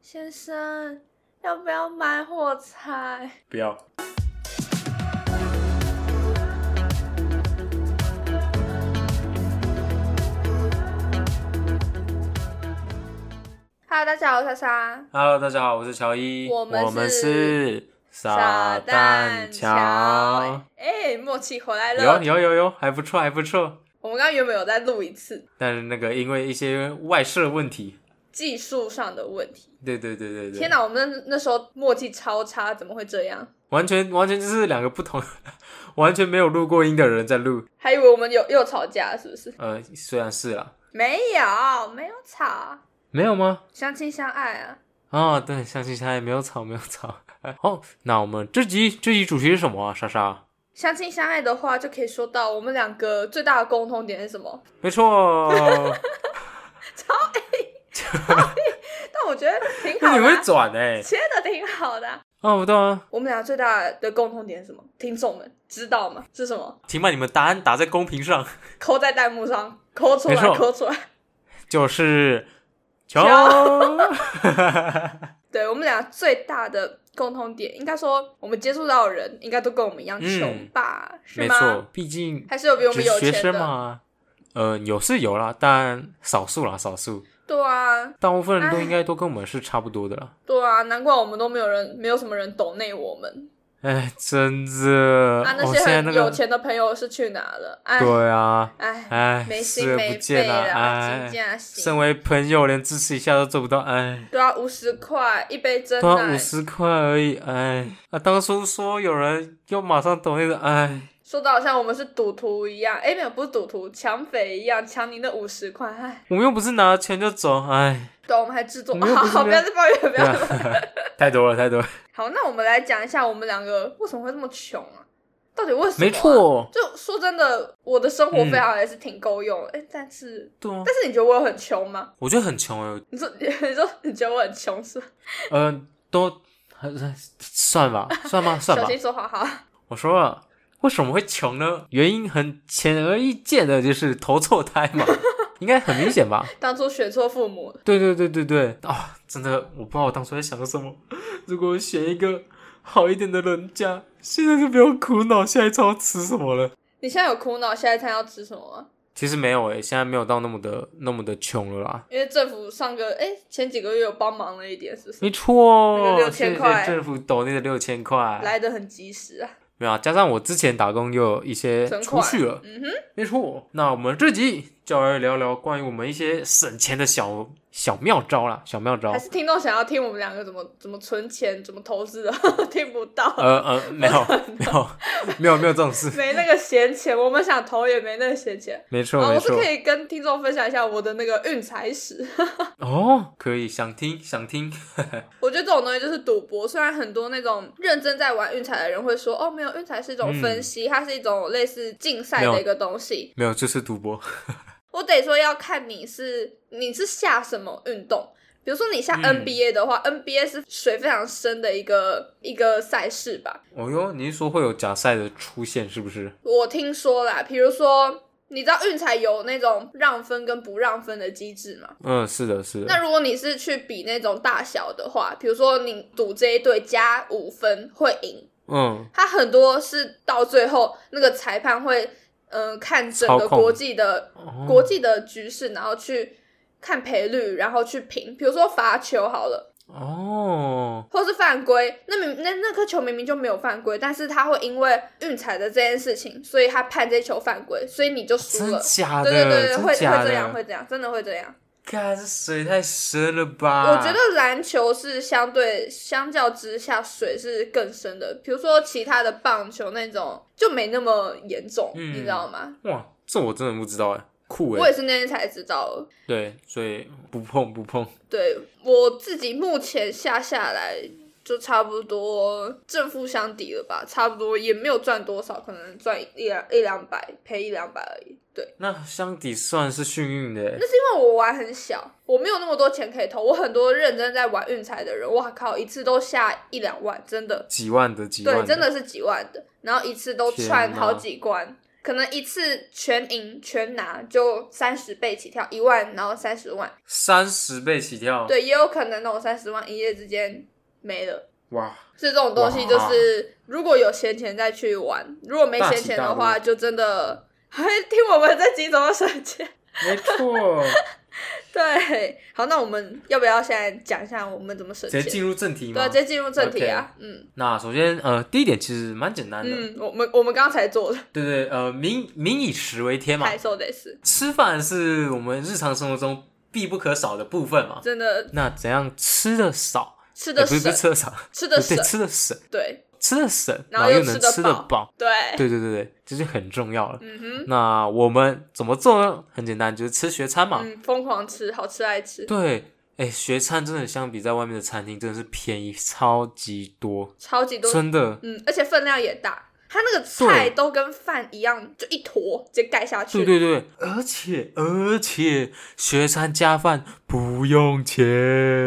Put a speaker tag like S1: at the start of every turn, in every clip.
S1: 先生，要不要买火柴？
S2: 不要，
S1: Hello，大家好，我是莎莎。
S2: Hello，大家好，我是乔伊，
S1: 我们是
S2: 是
S1: 傻
S2: 蛋
S1: 乔，哎、默契回来
S2: 有啊
S1: 了。
S2: 有有有，还不错还不错，
S1: 我们刚刚原本有再录一次
S2: 但是那个因为一些外设问题，
S1: 技术上的问题。
S2: 对对对对对，
S1: 天哪，我们那那时候默契超差，怎么会这样？
S2: 完全完全就是两个不同， 完全没有录过音的人在录，
S1: 还以为我们有又吵架，是不是？
S2: 呃，虽然是啦，
S1: 没有，没有吵，
S2: 没有吗？
S1: 相亲相爱啊。
S2: 啊、对，相信现在没有吵，没有吵。 哦，那我们这集这集主题是什么啊？莎莎，
S1: 相亲相爱的话，就可以说到我们两个最大的共通点是什么？
S2: 没错，哎
S1: 但我觉得挺
S2: 那
S1: 好
S2: 你
S1: 的、
S2: 会
S1: 啊，
S2: 转哎、
S1: 切的挺好的啊、
S2: 哦，不对啊，
S1: 我们俩最大的共同点是什么？听众们知道吗？是什么？
S2: 请把你们答案打在公屏上，
S1: 扣在弹幕上，扣出来
S2: 没，错
S1: 扣出来。
S2: 就是球。
S1: 对我们俩最大的共同点，应该说我们接触到的人应该都跟我们一样穷吧？是
S2: 嗯没
S1: 吗
S2: 错？，毕竟
S1: 还是有比我
S2: 只
S1: 们
S2: 是
S1: 有
S2: 学
S1: 钱
S2: 生
S1: 的？
S2: 嘛，呃，有是有啦，但少数啦，少数，
S1: 对啊，
S2: 大部分人都
S1: 唉
S2: 应该都跟我们是差不多的啦。
S1: 对啊，难怪我们都没有人，没有什么人懂内我们。
S2: 哎，真的，
S1: 啊，那
S2: 哦，
S1: 些
S2: 现在
S1: 很
S2: 那
S1: 有
S2: 个，
S1: 钱的朋友是去哪了？哎
S2: 对啊，
S1: 哎，
S2: 哎，
S1: 没
S2: 视
S1: 心
S2: 而
S1: 没
S2: 不见
S1: 肺
S2: 啊，
S1: 啦，
S2: 哎
S1: 金，价
S2: 身
S1: 行。
S2: 为朋友，连支持一下都做不到，哎，
S1: 对啊，五十块一杯真
S2: 都要
S1: 奶
S2: 五。十块而已，哎，啊，当初说有人又马上懂那个，哎，
S1: 说的好像我们是赌徒一样，哎，没有，不是赌徒，抢匪一样抢你那五十块，哎，
S2: 我们又不是拿了钱就走，哎，
S1: 对，啊我们还制作，
S2: 我
S1: 好
S2: 们又不是
S1: 好，不
S2: 没有
S1: 要再抱怨，不
S2: 对
S1: 要
S2: 啊
S1: 再抱怨。，
S2: 太多了，太多了，
S1: 好，那我们来讲一下我们两个为什么会这么穷啊？到底为什么、
S2: 没，错，
S1: 就说真的，我的生活费
S2: 嗯
S1: 好像也是挺够用的，哎、但是
S2: 对啊，
S1: 但是你觉得我有很穷吗？
S2: 我觉得很穷哎，
S1: 你说 你说你觉得我很穷是吧？
S2: 呃，都还算吧，算 吧，算
S1: 小
S2: 吧
S1: 心。说话好，
S2: 我说了，为什么会穷呢？原因很显而易见的，就是投错胎 嘛，应该很明显吧？
S1: 当初选错父母了，
S2: 对对对对对，啊，真的，我不知道我当初在想什么。如果我选一个好一点的人家，现在就不用苦恼下一餐要吃什么了。
S1: 你现在有苦恼下一餐要吃什么吗？
S2: 其实没有诶、现在没有到那么的那么的穷了啦。
S1: 因为政府上个哎、前几个月有帮忙了一点，是不是？
S2: 没错
S1: 那个，6000
S2: 谢谢
S1: 块
S2: 政府抖那个六千块，
S1: 来的很及时啊，
S2: 没有、啊，加上我之前打工又有一些
S1: 存
S2: 储
S1: 款
S2: 蓄了，
S1: 嗯哼，
S2: 没错。那我们这集就来聊聊关于我们一些省钱的小小妙招啦，小妙招
S1: 还。是听众想要听我们两个怎么怎么存钱、怎么投资的， 听不到，
S2: 呃呃，没有 没有没有没有这种事，
S1: 没那个闲钱，我们想投也没那个闲钱。
S2: 没错
S1: 啊，
S2: 没
S1: 我是
S2: 错
S1: 可。以跟听众分享一下我的那个运财史。
S2: 哦，可以，想听想听。
S1: 我觉得这种东西就是赌博，虽然很多那种认真在玩运财的人会说，哦，没有，运财是一种分
S2: 嗯
S1: 析，它是一种类似竞赛
S2: 没
S1: 的
S2: 有
S1: 一个东西。
S2: 没有，就是赌博。
S1: 我得说要看你是你是下什么运动。比如说你下
S2: 嗯
S1: NBA 的话、n b a 是水非常深的一个一个赛事吧。
S2: 哦哟，你是说会有假赛的出现是不是？
S1: 我听说啦，比如说你知道运彩有那种让分跟不让分的机制吗？
S2: 嗯，是的，是的。
S1: 啊那如果你是去比那种大小的话，比如说你赌这一队加五分会赢，
S2: 嗯，
S1: 它很多是到最后那个裁判会嗯、呃看整个
S2: 操控
S1: 国际的
S2: 哦
S1: 国际的局势，然后去看赔率，然后去评。比如说罚球好了。
S2: 哦，
S1: 或是犯规，那明那那颗球明明就没有犯规，但是他会因为运彩的这件事情，所以他判这球犯规，所以你就输
S2: 真
S1: 了。
S2: 假的？
S1: 对对对对，
S2: 真
S1: 会会
S2: 假的
S1: 这样，会这样，真的会这样。
S2: 看这水太深了吧？
S1: 我觉得篮球是相对相较之下水是更深的，比如说其他的棒球那种就没那么严重，
S2: 嗯
S1: 你知道吗？
S2: 哇，这我真的不知道哎，酷
S1: 我也
S2: 哎。
S1: 是那天才知道的。
S2: 对，所以不碰不碰。
S1: 对我自己目前下下来就差不多正负相抵了吧，差不多也没有赚多少，可能赚一两一两百，赔一两百而已。对，
S2: 那箱底算是幸运的
S1: 那
S2: 欸，
S1: 是因为我玩很小，我没有那么多钱可以投。我很多认真在玩运彩的人，哇靠，一次都下一两万，真的，
S2: 几万的几万
S1: 对，
S2: 的，
S1: 真的是几万的，然后一次都
S2: 天
S1: 串
S2: 哪
S1: 好几关。可能一次全赢全拿就三十倍起跳，一万然后三十万，
S2: 三十倍起跳，
S1: 对，也有可能那种三十万一夜之间没了。
S2: 哇，
S1: 所以这种东西就是，如果有闲钱再去玩，如果没闲钱的
S2: 大起大
S1: 话，就真的还听我们这集怎么省钱。
S2: 没错，
S1: 对，好，那我们要不要现在讲一下我们怎么省
S2: 直接
S1: 钱？
S2: 进入正题
S1: 对啊，
S2: 吗？
S1: 直接进入正题啊。嗯
S2: 那首先，呃，第一点其实蛮简单的，
S1: 嗯，我们我们刚才做的，
S2: 对对，呃，民民以食为天嘛
S1: 太，受得是
S2: 吃饭是我们日常生活中必不可少的部分嘛。
S1: 真的
S2: 那怎样吃的少？
S1: 吃
S2: 也
S1: 的
S2: 哎不是
S1: 省
S2: 不是，吃的少，
S1: 吃的省
S2: 对，，吃
S1: 对
S2: 的省，吃的省，
S1: 然
S2: 然
S1: 后
S2: 后
S1: 又
S2: 又能
S1: 吃得
S2: 吃得
S1: 饱
S2: 饱。
S1: 对，
S2: 对对对对，这就很重要了。
S1: 嗯哼，
S2: 那我们怎么做呢？很简单，就是吃学餐嘛。
S1: 嗯，疯狂吃，好吃爱吃，
S2: 对，哎，学餐真的相比在外面的餐厅真的是便宜超级多，
S1: 超级多，
S2: 真的。
S1: 嗯，而且分量也大。它那个菜
S2: 对
S1: 都跟饭一样，就一坨直接盖下去。
S2: 对对对，而且而且学餐加饭不用钱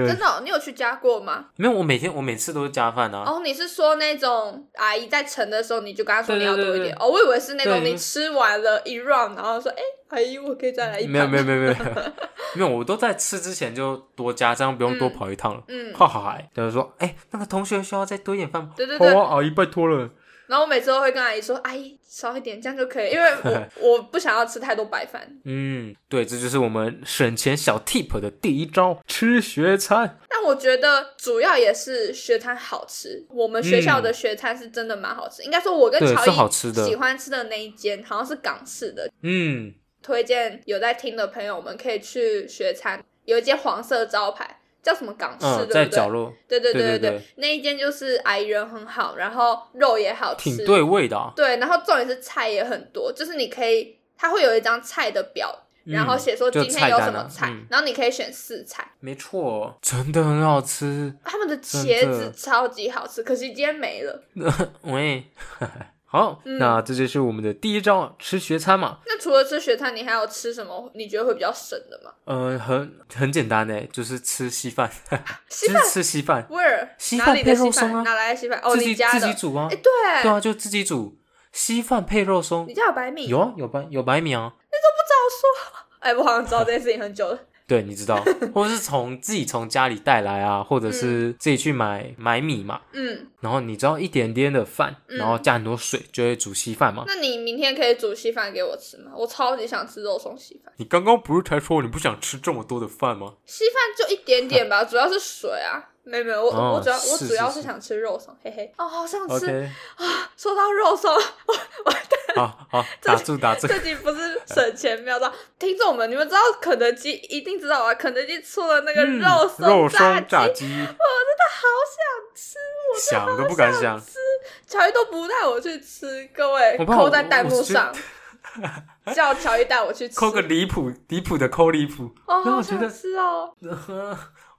S1: 真。的哦、你有去加过吗？
S2: 没有，我每天我每次都是加饭啊。
S1: 哦，你是说那种阿姨在盛的时候，你就跟她说
S2: 对
S1: 你要多
S2: 对
S1: 一
S2: 对
S1: 点？哦，我以为是那种
S2: 对
S1: 你吃完了一 round，然后说，哎、阿姨，我可以再来一盘。
S2: 没有没有，没有没有 没有，我都在吃之前就多加，这样不用多
S1: 嗯
S2: 跑一趟了。
S1: 嗯，
S2: 哈哈哈！就是说，哎、那个同学需要再多一点饭吗？
S1: 对对
S2: 好
S1: 对。
S2: 啊，阿姨拜托了。
S1: 然后我每次都会跟阿姨说，阿姨少一点，这样就可以，因为 我我不想要吃太多白饭。
S2: 嗯，对，这就是我们省钱小 tip 的第一招，吃学餐。
S1: 但我觉得主要也是学餐好吃，我们学校
S2: 嗯
S1: 的学餐是真的蛮好吃。应该说，我跟
S2: 对
S1: 乔
S2: 是好
S1: 伊
S2: 吃的
S1: 喜欢吃的那一间好像是港式的，
S2: 嗯，
S1: 推荐有在听的朋友们可以去学餐，有一间黄色招牌叫什么港式，
S2: 嗯，
S1: 对
S2: 在
S1: 不
S2: 角
S1: 对？
S2: 落
S1: 对对对
S2: 对对
S1: 对，那一间就是阿姨人很好，然后肉也好吃，
S2: 挺对味的、啊。
S1: 对然后重点是菜也很多，就是你可以，它会有一张菜的表。然后
S2: 嗯
S1: 写说
S2: 就
S1: 今天有什么
S2: 菜
S1: 菜，
S2: 单啊嗯
S1: 然后你可以选四菜。
S2: 没错，真的很好吃。
S1: 他们的
S2: 真
S1: 茄
S2: 的
S1: 子超级好吃，可惜今天没了。
S2: 喂， 好，
S1: 嗯
S2: 那这就是我们的第一招，吃学餐嘛。
S1: 那除了吃学餐，你还有吃什么？你觉得会比较省的吗？
S2: 呃，很很简单诶，就是吃稀饭，
S1: 稀
S2: 就
S1: 饭
S2: 是吃稀饭，
S1: ，where？
S2: 稀
S1: 哪
S2: 饭
S1: 里
S2: 配
S1: 的
S2: 肉
S1: 稀
S2: 松啊
S1: 饭？哪来的稀饭？哦，
S2: 自
S1: 你
S2: 己
S1: 家
S2: 自
S1: 的
S2: 己。煮啊
S1: 哎，。对，
S2: 对啊，就自己煮稀饭配肉松
S1: 你。家有白米？
S2: 有啊，有白有白米啊。
S1: 哎、我好像知道这件事情很久了。
S2: 对，你知 道，或者是从自己从家里带来啊，或者是自己去买买米嘛，
S1: 嗯，
S2: 然后你知道一点点的饭，
S1: 嗯
S2: 然后加很多水，就会煮稀饭嘛。
S1: 那你明天可以煮稀饭给我吃吗？我超级想吃肉松稀饭。
S2: 你刚刚不是才说你不想吃这么多的饭吗？
S1: 稀饭就一点点 吧，主要是水啊。没有没有，我、
S2: 哦
S1: 我主要
S2: 是
S1: 我主要
S2: 是
S1: 是
S2: 是
S1: 想吃肉松，嘿嘿。哦，好想吃。
S2: OK，
S1: 说到肉 松，
S2: 好 好，打住打 住。
S1: 这集不是省钱妙招。听众们，你们知道肯德基一定知道啊，肯德基出了那个松
S2: 嗯
S1: 炸
S2: 松炸
S1: 鸡，
S2: 鸡，
S1: 好想吃。
S2: 想都不敢想。
S1: 乔伊都不带我去吃，各位
S2: 我怕我
S1: 扣在弹
S2: 我
S1: 幕
S2: 我觉
S1: 上，叫乔伊带我去吃。
S2: 抠个离谱离谱的抠离谱，
S1: 哦，
S2: 那
S1: 好
S2: 我觉
S1: 想
S2: 得
S1: 吃哦。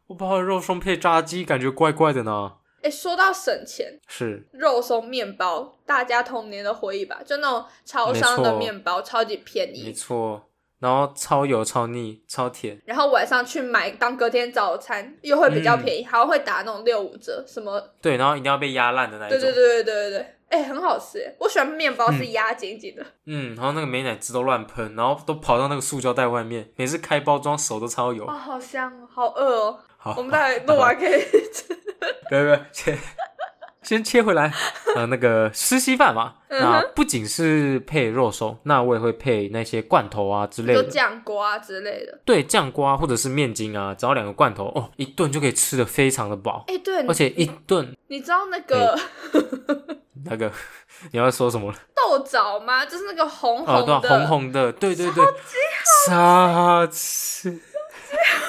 S2: 我把肉松配炸鸡感觉怪怪的呢。
S1: 哎，说到省钱，
S2: 是，
S1: 肉松面包，大家童年的回忆吧，就那种超商
S2: 没
S1: 的
S2: 错
S1: 面包，超级便
S2: 没
S1: 宜。
S2: 错。然后超油超腻超甜，
S1: 然后晚上去买当隔天早餐，又会比较
S2: 嗯
S1: 便宜，还会打那种六五折，什么？
S2: 对，然后一定要被压烂的那一
S1: 对
S2: 种。
S1: 对对对对对对，哎，很好吃耶。我喜欢面包是
S2: 嗯
S1: 压紧紧的，
S2: 嗯，然后那个美乃滋都乱喷，然后都跑到那个塑胶袋外面，每次开包装手都超油。
S1: 哇，好香哦，好饿哦。
S2: 好，
S1: 我们待会录完可以吃。
S2: 别别别，先先切回来，呃，那个吃稀饭嘛，
S1: 嗯
S2: 那不仅是配肉松，那我也会配那些罐头啊之类
S1: 就
S2: 的，
S1: 酱瓜之类的。
S2: 对，酱瓜或者是面筋啊，只要两个罐头哦，一顿就可以吃的非常的饱，
S1: 哎、对，
S2: 而且一顿
S1: 你知道那个
S2: 那个你要说什么了？
S1: 豆枣吗？就是那个红
S2: 哦，
S1: 红
S2: 对、啊，
S1: 的，
S2: 红红的，对对对，超吃，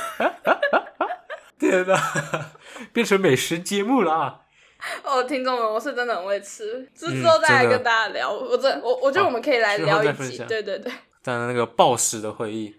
S2: 天哪、 变成美食节目啊啦、
S1: 哦，听众们，我是真的很会吃，这
S2: 嗯
S1: 之后再来
S2: 真的
S1: 跟大家聊。我真我我觉得我们可以来
S2: 之后
S1: 聊
S2: 再
S1: 一
S2: 分
S1: 集
S2: 享，
S1: 对对对，
S2: 当然那个暴食的 回忆。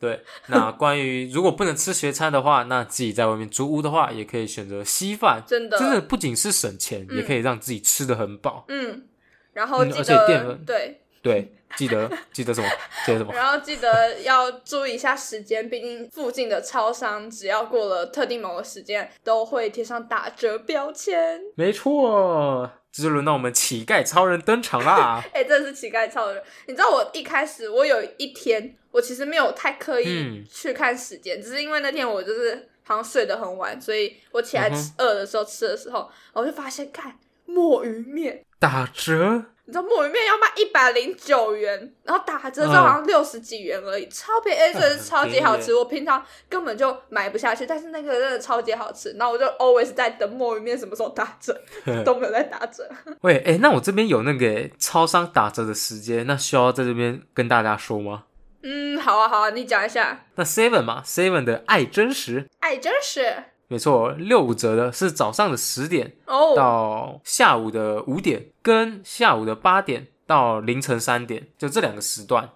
S2: 对，那关于如果不能吃学餐的话，那自己在外面租屋的话，也可以选择稀饭。
S1: 真的
S2: 真的不仅是省钱，
S1: 嗯
S2: 也可以让自己吃的很饱。
S1: 嗯，然后
S2: 嗯
S1: 记
S2: 而且淀
S1: 得
S2: 粉
S1: 对，
S2: 对，记得记得什么？记得什么？
S1: 然后记得要注意一下时间，毕竟附近的超商只要过了特定某个时间，都会贴上打折标签。
S2: 没错，就是轮到我们乞丐超人登场
S1: 。
S2: 啦
S1: 哎、真的是乞丐超人。你知道我一开始，我有一天，我其实没有太刻意
S2: 嗯
S1: 去看时间，只是因为那天我就是好像睡得很晚，所以我起来
S2: 嗯哼
S1: 吃饿的时候吃的时候，我就发现，看墨鱼面，
S2: 打折，
S1: 你知道墨鱼面要卖一百零九元，然后打折之后
S2: 嗯
S1: 好像六十几元而已，超便宜，哎真 的是超级好
S2: 很
S1: 吃。
S2: 便
S1: 我平常根本就买不下去，但是那个真的超级好吃。然后我就 always 在等墨鱼面什么时候打 折，都没有在打折。
S2: 喂，哎、那我这边有那个欸超商打折的时间，那需要在这边跟大家说吗？
S1: 嗯，好啊好啊，你讲一下，
S2: 那 Seven 嘛，Seven 的爱真实，
S1: 哎，真是。
S2: 没错，六五折的是早上的十点
S1: 哦，
S2: 到下午的五点，跟下午的八点到凌晨三点，就这两个时段。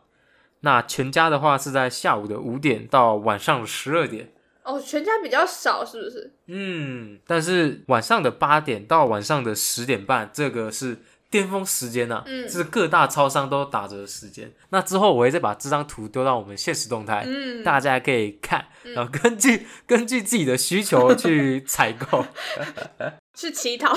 S2: 那全家的话是在下午的五点到晚上的十二点，
S1: 哦，全家比较少是不是？
S2: 嗯，但是晚上的八点到晚上的十点半，这个是巅峰时间呐、
S1: 嗯
S2: 是各大超商都打折的时间。那之后我会再把这张图丢到我们现实动态，
S1: 嗯，
S2: 哎大家可以看，然后根据、 根据自己的需求去采购。
S1: 去乞讨。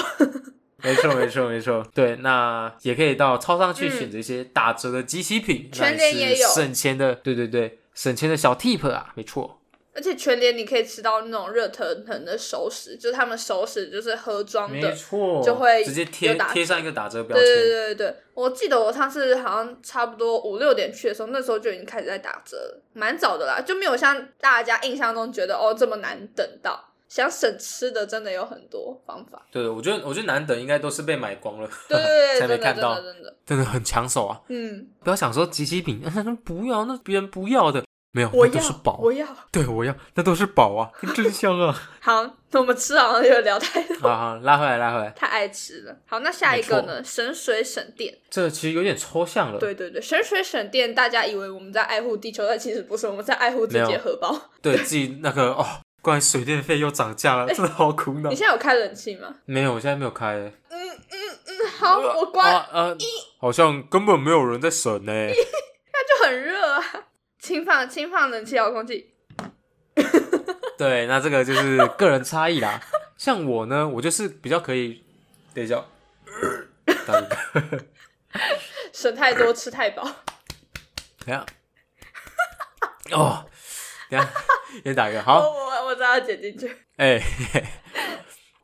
S2: 没错，没错，没错。对，那也可以到超商去
S1: 嗯
S2: 选择一些打折的机器品，那
S1: 全联也
S2: 是
S1: 有
S2: 省钱的，对对对，省钱的小 tip 啊，没错。
S1: 而且全年你可以吃到那种热腾腾的熟食，就是他们熟食就是盒装的，
S2: 错
S1: 嗯就会
S2: 直接
S1: 有
S2: 贴
S1: 打折
S2: 贴上一个打折标
S1: 对
S2: 签。
S1: 对对对对，我记得我上次好像差不多五六点去的时候，那时候就已经开始在打折了，蛮早的啦，就没有像大家印象中觉得哦这么难等到。想省吃的真的有很多方法，
S2: 对，我觉得我觉得难等应该都是被买光了，
S1: 对对对，
S2: 才
S1: 真
S2: 没
S1: 的
S2: 看
S1: 真
S2: 到
S1: 的，真的，
S2: 真的很抢手啊！
S1: 嗯，
S2: 不要想说集齐品， 不要那别人不要的，没有，
S1: 我
S2: 那都是
S1: 要，
S2: 宝，
S1: 我要。
S2: 对我要，那都是宝啊，真香 啊！
S1: 好，那我们吃好像有点聊太
S2: 好啊好拉回来拉回来，
S1: 太爱吃了。好，那下一个呢？神水省电。
S2: 这其实有点抽象了。
S1: 对对对，神水省电，大家以为我们在爱护地球，但其实不是，我们在爱护自己
S2: 没
S1: 的
S2: 有
S1: 荷包。
S2: 对自己那个哦，关于水电费又涨价了，真的好苦恼
S1: 你。现在有开冷气 吗？
S2: 没有，我现在没有开欸。
S1: 嗯，好，我关，
S2: 啊呃，好像根本没有人在省呢。
S1: 那就很热啊。轻放轻放冷气遥控器，
S2: 对，那这个就是个人差异啦。像我呢，我就是比较可以，等一下，打个嗝
S1: 省太多，吃太饱。
S2: 等一下，哦，等一下，也打一 个
S1: 我
S2: 好，
S1: 我我知道要剪进去。
S2: 哎、嘿嘿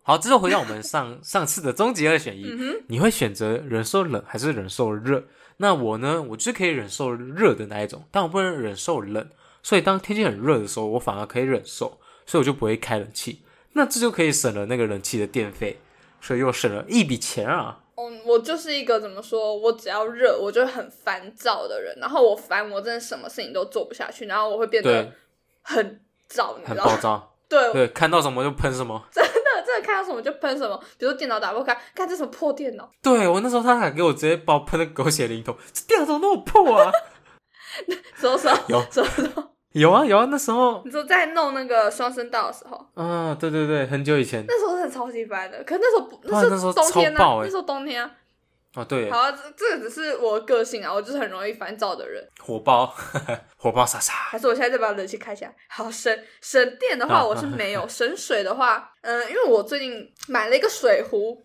S2: 好，这就回到我们上上次的终极二选一，你会选择忍受冷还是忍受热？那我呢，我就是可以忍受热的那一种，但我不能忍受冷，所以当天气很热的时候，我反而可以忍受，所以我就不会开冷气，那这就可以省了那个冷气的电费，所以又省了一笔钱啊。
S1: 嗯，我就是一个怎么说，我只要热，我就会很烦躁的人。然后我烦，我真的什么事情都做不下去，然后我会变
S2: 对
S1: 得，很躁，你
S2: 很
S1: 知道
S2: 暴
S1: 吗？
S2: 躁，
S1: 对，
S2: 对，看到什么就喷什么。
S1: 真的看到什么就喷什么，比如说电脑打不开，看这什么破电脑，
S2: 对我那时候他还给我直接把我喷的狗血淋头，这电脑怎么那么破啊？
S1: 什么时候
S2: 有
S1: 什么时候？
S2: 有啊有啊，那时候，
S1: 你说在弄那个双声道的时候，
S2: 啊，对对对，很久以前，
S1: 那时候真的超级烦的，可那时候不，那
S2: 哇
S1: 时候
S2: 那时候
S1: 冬天
S2: 超爆
S1: 啊，
S2: 欸
S1: 那时候冬天啊。
S2: 哦对
S1: 好，啊，这这只是我的个性啊，我就是很容易烦躁的人。
S2: 火爆， 火爆莎莎，
S1: 还是我现在再把冷气开起来。好，省省电的话
S2: 啊
S1: 我是没 有，省水的话，嗯、因为我最近买了一个水壶，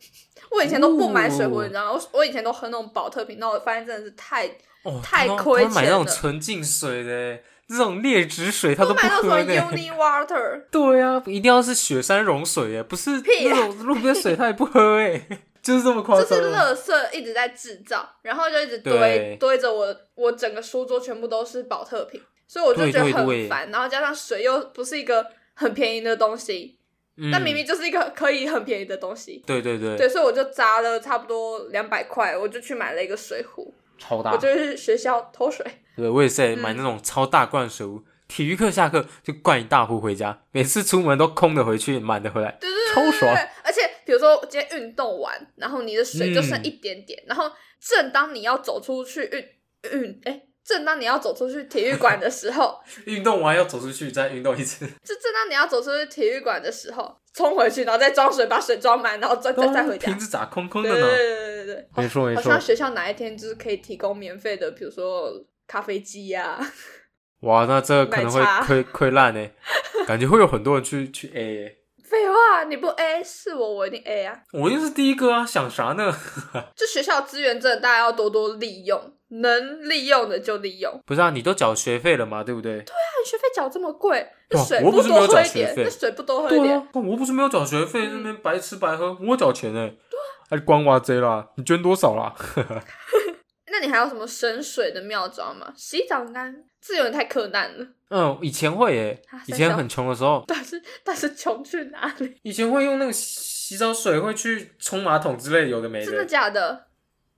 S1: 我以前都不买水壶，
S2: 哦
S1: 你知道吗？我我以前都喝那种保特瓶，那我发现真的是太
S2: 哦，
S1: 太
S2: 他都
S1: 亏
S2: 他买那
S1: 钱
S2: 种
S1: 了
S2: 纯净水的，这种劣质水他
S1: 我
S2: 都不
S1: 买那种什么
S2: 喝的。
S1: Uni Water。
S2: 对啊，一定要是雪山融水耶，不是
S1: 屁
S2: 那
S1: 啊
S2: 种路边水他也不喝哎， 就是这么夸
S1: 就
S2: 张
S1: 是
S2: 啊。
S1: 垃圾一直在制造，然后就一直堆
S2: 对
S1: 堆着我，我整个书桌全部都是保特瓶，所以我就
S2: 对
S1: 觉得
S2: 对
S1: 很
S2: 对
S1: 烦。然后加上水又不是一个很便宜的东西，
S2: 嗯
S1: 但明明就是一个可以很便宜的东西。
S2: 对对对，
S1: 对，所以我就砸了差不多两百块，我就去买了一个水壶，
S2: 超
S1: 我嗯
S2: 大。
S1: 就去学校偷水。
S2: 对，我也是耶买那种超大罐水壶，体育课下课就灌一大壶回家，每次出门都空的回去，满的回来，
S1: 对对
S2: 超
S1: 对对
S2: 爽
S1: 对。而且比如说今天运动完，然后你的水就
S2: 嗯
S1: 剩一点点，然后正当你要走出去运运，哎、正当你要走出去体育馆的时候，
S2: 运动完要走出去再运动一次，
S1: 就正当你要走出去体育馆的时候，冲回去，然后再装水，把水装满，然后 再
S2: 啊
S1: 再再回 家
S2: 瓶。子咋空空
S1: 对
S2: 的
S1: 对
S2: 呢？
S1: 对对对对，
S2: 没错没
S1: 好
S2: 错
S1: 像学校哪一天就是可以提供免费的，比如说咖啡机呀、
S2: 哇，那这可能会
S1: 奶茶
S2: 欸亏亏烂呢，感觉会有很多人去去 A，欸
S1: 非废话，你不 A 是我，我一定 A 啊！
S2: 我就是第一个啊，想啥呢？
S1: 就学校资源真的大家要多多利用，能利用的就利用。
S2: 不是啊，你都缴学费了嘛，对不对？
S1: 但学费缴这么贵，那
S2: 哇
S1: 水
S2: 啊我不是没
S1: 多
S2: 有
S1: 喝
S2: 缴
S1: 一
S2: 学
S1: 点，
S2: 费
S1: 那水不多喝一
S2: 对
S1: 点，
S2: 啊，我不是没有缴学费，那边白吃白喝，我缴钱哎、欸。
S1: 啊
S2: 哎，关娃贼啦！你捐多少啦？
S1: 那你还有什么省水的妙招吗？洗澡干， 这有点太柯南了。
S2: 嗯，以前会诶、
S1: 啊
S2: 以
S1: 三
S2: 前
S1: 小
S2: 很穷的时候，
S1: 但是但是穷去哪里？
S2: 以前会用那个洗洗澡水，会去冲马桶之类，有的没
S1: 真的假的？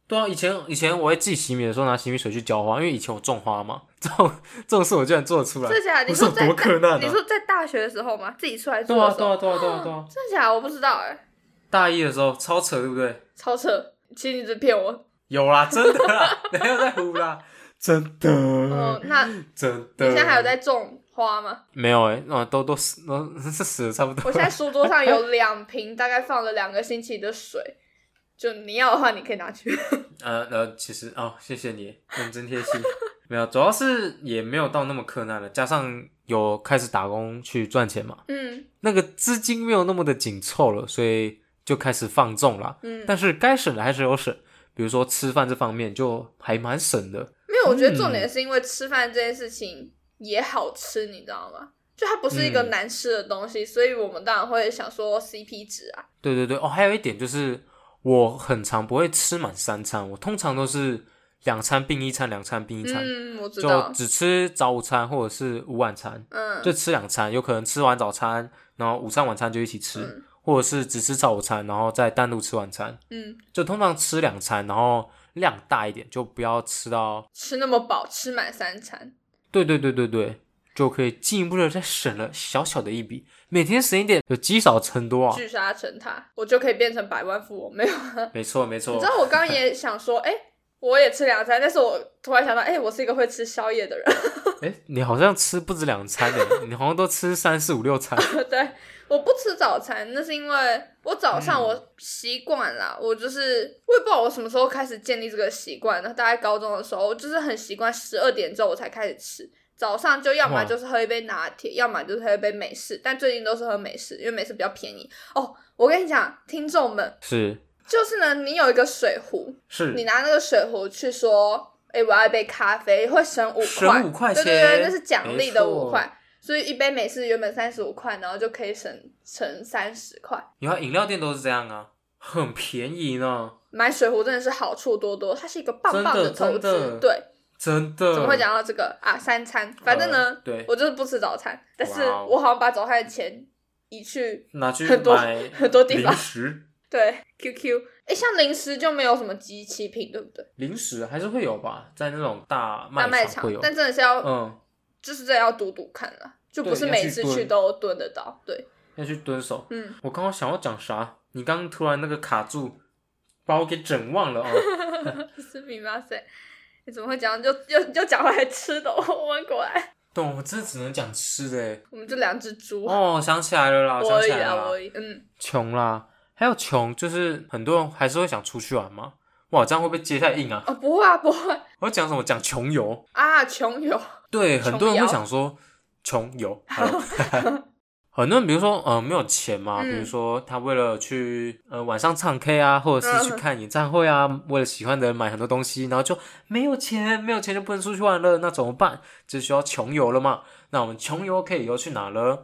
S2: 对啊，以前以前我会自己洗米的时候拿洗米水去浇花，因为以前我种花嘛，这种这种事我居然做得出来
S1: 真，的假的？你
S2: 我
S1: 说
S2: 有
S1: 在
S2: 多困难
S1: 你
S2: 啊！
S1: 说在大学的时候吗？自己出来做
S2: 对啊
S1: 的时
S2: 对
S1: 候？
S2: 啊对啊对啊对啊！
S1: 真的假的？我不知道哎、
S2: 大一的时候超扯，对不对？
S1: 超扯！其实你一直骗我。
S2: 有啦，真的啦， 没有在胡啦，真的，
S1: 哦，
S2: 嗯
S1: 那你
S2: 真的。
S1: 现在还有在种花吗？
S2: 没有哎、欸，那都都死，都是死的差不
S1: 我
S2: 多。
S1: 现在书桌上有 两瓶，大概放了两个星期的水。就你要的话，你可以拿去。
S2: 呃呃，其实哦，谢谢你，嗯，真贴心。 没有，主要是也没有到那么困难了，加上有开始打工去赚钱嘛，
S1: 嗯
S2: 那个资金没有那么的紧凑了，所以就开始放纵啦。
S1: 嗯，
S2: 但是该省的还是有省，比如说吃饭这方面就还蛮省的。
S1: 没有，我觉得重
S2: 嗯
S1: 点是因为吃饭这件事情也好吃，你知道吗？就它不是一个
S2: 嗯
S1: 难吃的东西，所以我们当然会想说 CP 值啊。
S2: 对对对，哦，还有一点就是我很常不会吃满三餐，我通常都是两餐并一餐，两餐并一餐，
S1: 嗯，我知
S2: 就
S1: 道。
S2: 只吃早午餐或者是午晚餐，
S1: 嗯，
S2: 就吃两餐，有可能吃完早餐，然后午餐晚餐就一起吃，
S1: 嗯
S2: 或者是只吃早午餐，然后再单独吃晚餐，
S1: 嗯，
S2: 就通常吃两餐，然后量大一点，就不要吃到
S1: 吃那么饱，吃满三餐。
S2: 对对对对对，就可以进一步的再省了小小的一笔。每天省一点，有积少成多啊。
S1: 聚沙成塔，我就可以变成百万富翁。没有，
S2: 没错没错
S1: 你知，道我刚刚也想说，哎、我也吃两餐，但是我突然想到，哎、我是一个会吃宵夜的人，
S2: 哎，你好像吃不止两餐诶，你好像都吃三四五六餐。
S1: 对，我不吃早餐，那是因为我早上我习惯啦，我就是我也不知道我什么时候开始建立这个习惯的，大概高中的时候，我就是很习惯十二点之后我才开始吃。早上就要么
S2: 哇
S1: 就是喝一杯拿铁，要么就是喝一杯美式，但最近都是喝美式，因为美式比较便宜。哦，我跟你讲，听众们，
S2: 是
S1: 就是呢，你有一个水壶，你
S2: 是，
S1: 拿那个水壶去说，哎、我要一杯咖啡，会省五块，
S2: 省五块
S1: 对
S2: 钱，
S1: 对对，那是奖励的
S2: 没错
S1: 五块。。所以一杯美式原本三十五块，然后就可以省省三十块。
S2: 你看饮料店都是这样啊，很便宜呢，
S1: 买水壶真的是好处多多，它是一个棒棒
S2: 真的
S1: 投
S2: 真的嗯
S1: 资。对，
S2: 真的。
S1: 怎么会？讲到这个啊？三餐，反正呢，
S2: 呃对
S1: 我就是不吃早餐，但是
S2: 哇哦
S1: 我好像把早餐的钱移去
S2: 拿去
S1: 很多
S2: 买
S1: 很多地方
S2: 零食，
S1: 对 QQ。哎、像零食就没有什么集齐品，对不对？
S2: 零食还是会有吧，在那种大
S1: 大卖
S2: 场会有。
S1: 但真的是要、
S2: 嗯，
S1: 就是真的要赌赌看啦，就不
S2: 对
S1: 是
S2: 要
S1: 每
S2: 去
S1: 次
S2: 蹲
S1: 去都蹲得到。对，
S2: 要去蹲守。
S1: 嗯，
S2: 我刚刚想要讲啥？你刚刚突然那个卡住，把我给整忘了哦。
S1: 是米妈塞，你怎么会讲？就又又讲回来吃的， 我问过来，
S2: 懂，我真的只能讲吃的诶。
S1: 我们就两只猪，
S2: 哦，想起来了啦，
S1: 我
S2: 想
S1: 而
S2: 起
S1: 已
S2: 来
S1: 啊，
S2: 了
S1: 我而
S2: 啦，
S1: 已，嗯，
S2: 穷啦，还有穷，就是很多人还是会想出去玩嘛。哇，这样会不会接太硬啊？
S1: 哦，不会啊，不会
S2: 我讲什么？讲穷游？
S1: 啊，穷游，
S2: 对，
S1: 穷
S2: 很多人会
S1: 游
S2: 想说穷游。Hello 很多人比如说呃没有钱嘛，
S1: 嗯
S2: 比如说他为了去呃晚上唱 K 啊，或者是去
S1: 嗯
S2: 看演唱会啊，为了喜欢的人买很多东西，然后就没有钱，没有钱就不能出去玩了，那怎么办？就需要穷游了嘛。那我们穷游可以游去哪呢？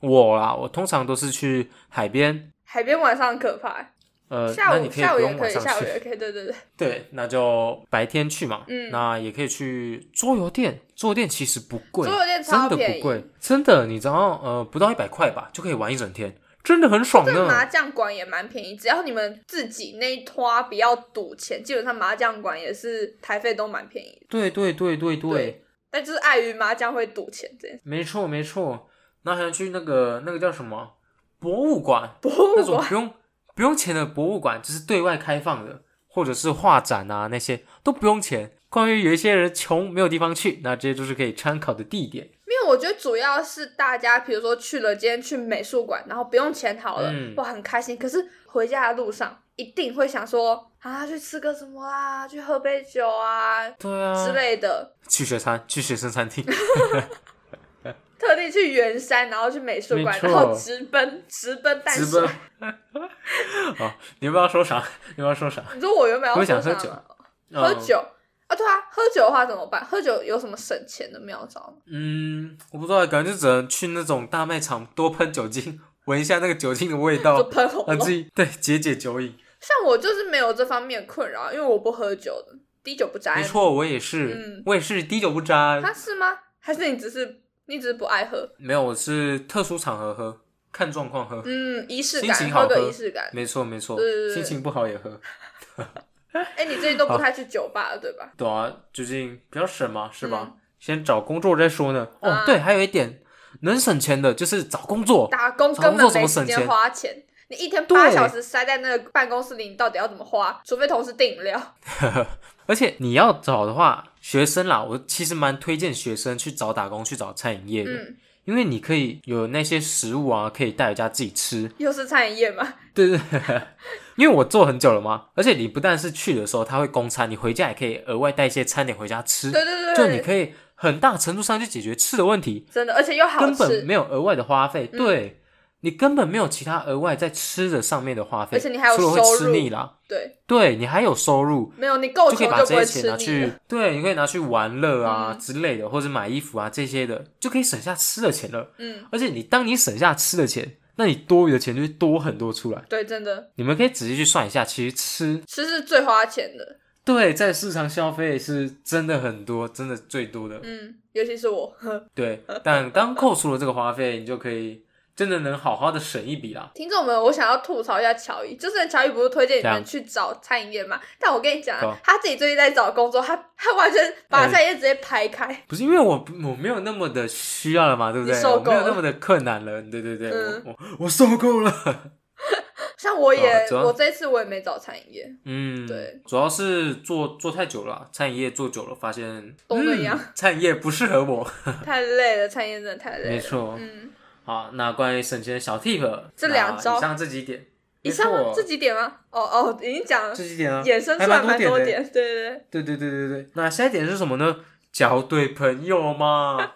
S2: 我啊，我通常都是去海边，
S1: 海边晚上很可怕欸，
S2: 呃，
S1: 下
S2: 那
S1: 午
S2: 你可以
S1: 下
S2: 不
S1: 午也
S2: 用
S1: 可
S2: 晚
S1: 以，
S2: 上
S1: 下午
S2: 去，
S1: 也可以，对对对，
S2: 对，那就白天去嘛。
S1: 嗯
S2: 那也可以去桌游店，桌游店其实不贵，
S1: 桌游店超
S2: 真的
S1: 便宜
S2: 不贵，真的，你只要呃不到一百块吧，就可以玩一整天，真的很爽
S1: 这麻
S2: 呢。
S1: 将馆也蛮便宜，只要你们自己那一拖不要赌钱，基本上麻将馆也是台费都蛮便宜的，
S2: 对对对对对，
S1: 对但就是碍于麻将会赌钱这件事。
S2: 没错没错。那还要去那个那个叫什么博物馆，
S1: 博物
S2: 那种
S1: 馆
S2: 不用不用钱的博物馆，就是对外开放的，或者是画展啊那些都不用钱。关于有一些人穷没有地方去，那这些就是可以参考的地点。
S1: 因为我觉得主要是大家，比如说去了今天去美术馆，然后不用钱好了，
S2: 嗯
S1: 哇，很开心。可是回家的路上一定会想说啊，去吃个什么啊，去喝杯酒啊
S2: 对啊，
S1: 之类的。
S2: 去学餐，去学生餐厅。
S1: 特地去圆山，然后去美术馆
S2: 没，错
S1: 然后直奔直奔淡
S2: 直
S1: 水
S2: 奔。。 哦，你不要说啥，你不要说啥，
S1: 你说我原本要
S2: 我
S1: 说
S2: 想
S1: 啥
S2: 喝酒
S1: 吗喝
S2: 嗯
S1: 酒啊，对啊，喝酒的话怎么办？喝酒有什么省钱的妙招吗？
S2: 嗯，我不知道，感觉就只能去那种大卖场多喷酒精， 闻一下那个酒精的味
S1: 就
S2: 道，
S1: 喷喉
S2: 让自
S1: 咙。
S2: 己对解解酒瘾。
S1: 像我就是没有这方面困扰，因为我不喝酒的，滴酒不沾
S2: 没。错，我也是，
S1: 哎嗯
S2: 我也是滴酒不沾。
S1: 他是吗？还是你只是你只是不爱喝？
S2: 没有，我是特殊场合喝，看状况喝。
S1: 嗯，仪式
S2: 心
S1: 感，
S2: 情好
S1: 个
S2: 喝
S1: 仪式感。
S2: 没错，没错
S1: 对对，对
S2: 心情不好也喝。
S1: 哎，你最近都不太去酒吧了，对吧？
S2: 对啊，最近比较省嘛，是吧？
S1: 嗯
S2: 先找工作再说呢。哦，
S1: 啊
S2: 对，还有一点能省钱的就是找工作。
S1: 打工根
S2: 找工
S1: 本
S2: 作怎么
S1: 没时
S2: 省钱
S1: 间花钱。哦你一天
S2: 对
S1: 八小时塞在那个办公室里，你到底要怎么花？除非同事订饮料。
S2: 而且你要找的话，学生啦，我其实蛮推荐学生去找打工，去找餐饮业的，
S1: 嗯，
S2: 因为你可以有那些食物啊，可以带回家自己吃。
S1: 又是餐饮业嘛，
S2: 对对对，因为我做很久了嘛，而且你不但是去的时候他会供餐，你回家也可以额外带一些餐点回家 吃，
S1: 对对对
S2: 就你
S1: 对，
S2: 可以很大程度上去解决吃的问题，
S1: 真的，而且又好
S2: 根本
S1: 吃，
S2: 没有额外的花费，
S1: 嗯
S2: 对你根本没有其他额外在吃的上面的花费，
S1: 而且你还有
S2: 除了会
S1: 收
S2: 吃
S1: 入
S2: 腻啦，
S1: 对，
S2: 对你还有收入，
S1: 没有你够
S2: 就可以
S1: 穷
S2: 把
S1: 就不会
S2: 这些钱拿
S1: 吃
S2: 去
S1: 腻。，
S2: 对，你可以拿去玩乐啊、
S1: 嗯
S2: 之类的，或者买衣服啊这些的，就可以省下吃的钱了。
S1: 嗯，
S2: 而且你当你省下吃的钱，那你多余的钱就会多很多出来。
S1: 对，真的，
S2: 你们可以仔细去算一下，其实吃
S1: 吃是最花钱的。
S2: 对在市场消费是真的很多，真的最多的。
S1: 嗯，尤其是我，
S2: 对，但当扣除了这个花费，你就可以真的能好好的省一笔啦。
S1: 听众们，我想要吐槽一下乔伊，就是乔伊不是推荐你
S2: 怎样
S1: 们去找餐饮业嘛？但我跟你讲、
S2: 哦
S1: 啊，他自己最近在找工作，他 他完全把餐饮业直接排开。
S2: 不是因为我不我没有那么的需要了嘛，对不对
S1: 你？
S2: 我
S1: 受够
S2: 没
S1: 了
S2: 有那么的困难了，对对对，
S1: 嗯
S2: 我我我受够了。
S1: 像我也，
S2: 哦主要
S1: 我这一次我也没找餐饮业，
S2: 嗯，
S1: 对，
S2: 主要是做做太久了啊，餐饮业做久了，发现
S1: 都那样
S2: 嗯， 餐饮业不适 合我。
S1: 太累了，餐饮业真的太累了。
S2: 没错
S1: 嗯，
S2: 好，那关于省钱的小 tip，
S1: 这两
S2: 那
S1: 招
S2: 以上这几点，
S1: 以上
S2: 没
S1: 吗
S2: 错
S1: 这几点吗？哦哦，已经讲了，
S2: 这几点啊，
S1: 衍生出
S2: 还
S1: 来
S2: 蛮
S1: 蛮
S2: 多
S1: 多
S2: 的
S1: 点，对对对，
S2: 对对对对对。那下一点是什么呢？交对朋友 嘛，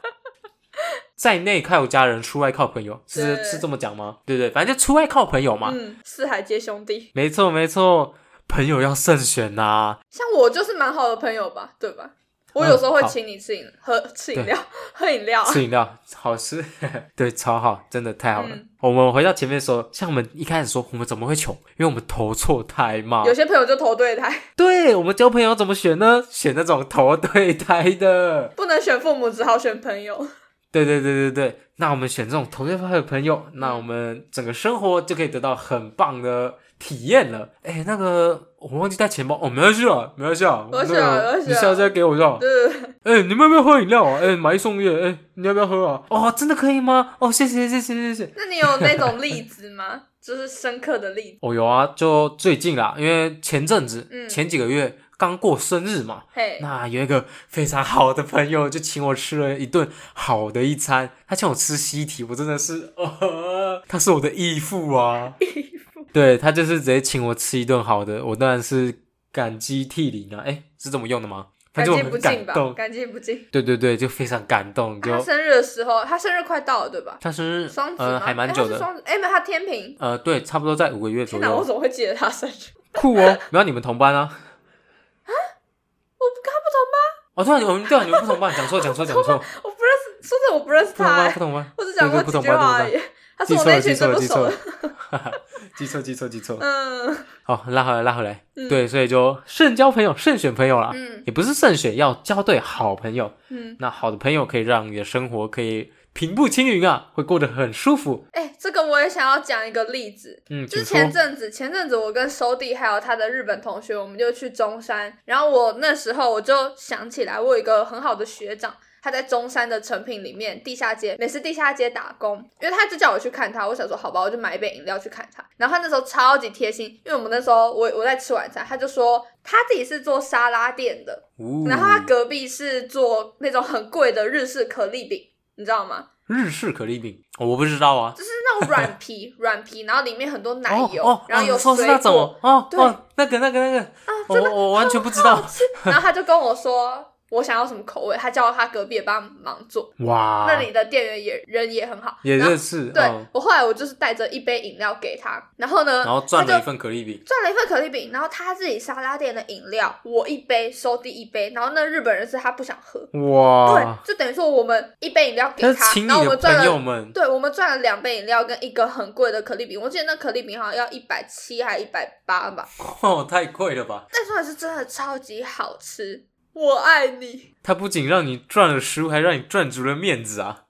S2: 在内靠家人，出外靠朋友，是
S1: 对
S2: 是这么讲吗？对对，反正就出外靠朋友嘛。
S1: 嗯，四海皆兄弟。
S2: 没错没错，朋友要慎选呐、
S1: 像我就是蛮好的朋友吧，对吧？我有时候会请你吃饮、喝吃饮料、喝饮料啊，
S2: 嗯吃饮料好吃， 对，超好，真的太好了。
S1: 嗯
S2: 我们回到前面说，像我们一开始说，我们怎么会穷？因为我们投错胎嘛
S1: 有。些朋友就投对胎，
S2: 对，我们交朋友怎么选呢？选那种投对胎的。
S1: 不能选父母，只好选朋友。
S2: 对对对对对，那我们选这种同学派的朋友，那我们整个生活就可以得到很棒的体验了。哎，那个我忘记带钱包，哦，没关系啊，没关系啊，
S1: 没关系啊
S2: 那个
S1: 没关系啊
S2: 你下次再给我就好。
S1: 对对对，
S2: 哎，你们要不要喝饮料啊？哎，买一送一，哎，你要不要喝啊？哦，真的可以吗？哦，谢谢谢谢谢 谢。
S1: 那你有那种例子吗？ 就是深刻的例子。
S2: 哦，有啊，就最近啦，因为前阵子，
S1: 嗯
S2: 前几个月刚过生日嘛，
S1: 嘿，
S2: 那有一个非常好的朋友，就请我吃了一顿好的一餐。他请我吃西提，我真的是， 呃，他是我的义父啊，义父。对他就是直接请我吃一顿好的，我当然是感激涕零啊。哎，是这么用的吗？
S1: 感
S2: 反正我
S1: 激不
S2: 很
S1: 尽
S2: 感
S1: 吧，
S2: 动，
S1: 感激不尽。
S2: 对对对，就非常感动。就、
S1: 他生日的时候，他生日快到了，对吧？
S2: 他生日
S1: 双，子
S2: 呃，
S1: 吗？
S2: 还蛮
S1: 哎
S2: 久
S1: 他是
S2: 的，
S1: 双子，哎，没有，他天平。
S2: 呃，对，差不多在五个月左
S1: 天哪，我
S2: 右，
S1: 怎么会记得他生日？
S2: 酷哦。没有你们同班啊？
S1: 我不跟他
S2: 哦，对啊，我们对啊，你们不同班，讲错讲错讲 错，
S1: 不，我不认识，说真的，我不认识
S2: 不
S1: 他
S2: 同班
S1: 哎、
S2: 不同班。
S1: 我只讲过几
S2: 对对不懂
S1: 句话
S2: 吧
S1: 而已。他是
S2: 记
S1: 我
S2: 错
S1: 那
S2: 了，
S1: 群
S2: 记错
S1: 最
S2: 了，
S1: 不
S2: 记
S1: 熟
S2: 错了
S1: 的。，
S2: 记错，记错，记错。
S1: 嗯
S2: 好，拉回来，拉回来。
S1: 嗯
S2: 对，所以就慎交朋友，慎选朋友啦。
S1: 嗯
S2: 也不是慎选，要交对好朋友。
S1: 嗯，
S2: 那好的朋友可以让你的生活可以平步青云啊，会过得很舒服。
S1: 哎、这个我也想要讲一个例子。
S2: 嗯，
S1: 就是
S2: 请说。
S1: 前阵子，前阵子我跟收弟还有他的日本同学，我们就去中山。然后我那时候我就想起来，我有一个很好的学长，他在中山的成品里面地下街，美食地下街打工。因为他就叫我去看他，我想说好吧，我就买一杯饮料去看他。然后他那时候超级贴心，因为我们那时候我我在吃晚餐，他就说他自己是做沙拉店的，
S2: 哦
S1: 然后他隔壁是做那种很贵的日式可丽饼，你知道吗？
S2: 日式可丽饼，哦我不知道啊。
S1: 就是那种软皮软皮，然后里面很多奶
S2: 哦
S1: 油，
S2: 哦，
S1: 然后有
S2: 哦说是
S1: 水
S2: 那
S1: 果，
S2: 种哦
S1: 对啊
S2: 哦，那个那个那个，我我完全不知道。
S1: 然后他就跟我说。我想要什么口味，他叫他隔壁也帮忙做。
S2: 哇，
S1: 那里的店员也人也很好，
S2: 啊也
S1: 然后
S2: 认识，
S1: 对、
S2: 哦
S1: 我后来我就是带着一杯饮料给他，然后呢，
S2: 然后赚
S1: 他
S2: 了
S1: 就
S2: 一份可丽饼，
S1: 赚了一份可丽饼，然后他自己沙拉店的饮料，我一杯收第一杯，然后那日本人是他不想喝，
S2: 哇，
S1: 对，就等于说我们一杯饮料给
S2: 但是
S1: 他，
S2: 啊请你
S1: 然后我
S2: 的
S1: 们赚
S2: 朋友
S1: 了，
S2: 们，
S1: 对我们赚了两杯饮料跟一个很贵的可丽饼，我记得那可丽饼好像要一百七还一百八吧，
S2: 哦，太贵了吧！
S1: 但算是真的超级好吃，我爱你，
S2: 他不仅让你赚了食物，还让你赚足了面子啊！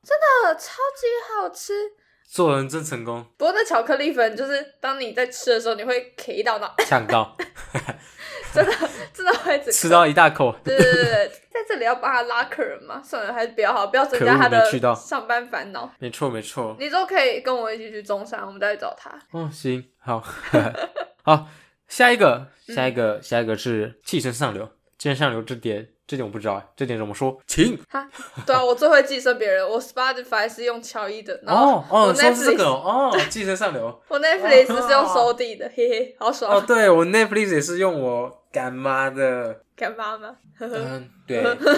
S1: 呃，超级好吃。
S2: 做人真成功，
S1: 不过那巧克力粉就是当你在吃的时候，你会 K 到 那，
S2: 呛到，
S1: 真的真的会一直
S2: 吃到一大口，
S1: 对对对，对，在这里要帮他拉客人吗？算了，还是不要好，不要增
S2: 可
S1: 加
S2: 恶
S1: 他
S2: 没去到
S1: 的上班烦恼。
S2: 没错没错。
S1: 你都可以跟我一起去中山，我们再去找他。
S2: 哦，行，好， 好，下一个，下一
S1: 嗯
S2: 个，下一个是气身上流，气身上流这点，这点我不知道哎，这点怎么说？请
S1: 对啊，我最会寄生别人，我 Spotify 是用乔伊的，然后
S2: 哦哦，
S1: 我
S2: 说是这
S1: Netflix
S2: 个哦，哦寄 生上流
S1: 我 Netflix 是用收地的，嘿嘿，好
S2: 哦，
S1: 爽，
S2: 对我 Netflix 也是用我干妈的
S1: 干妈吗？呵呵，
S2: 嗯，对对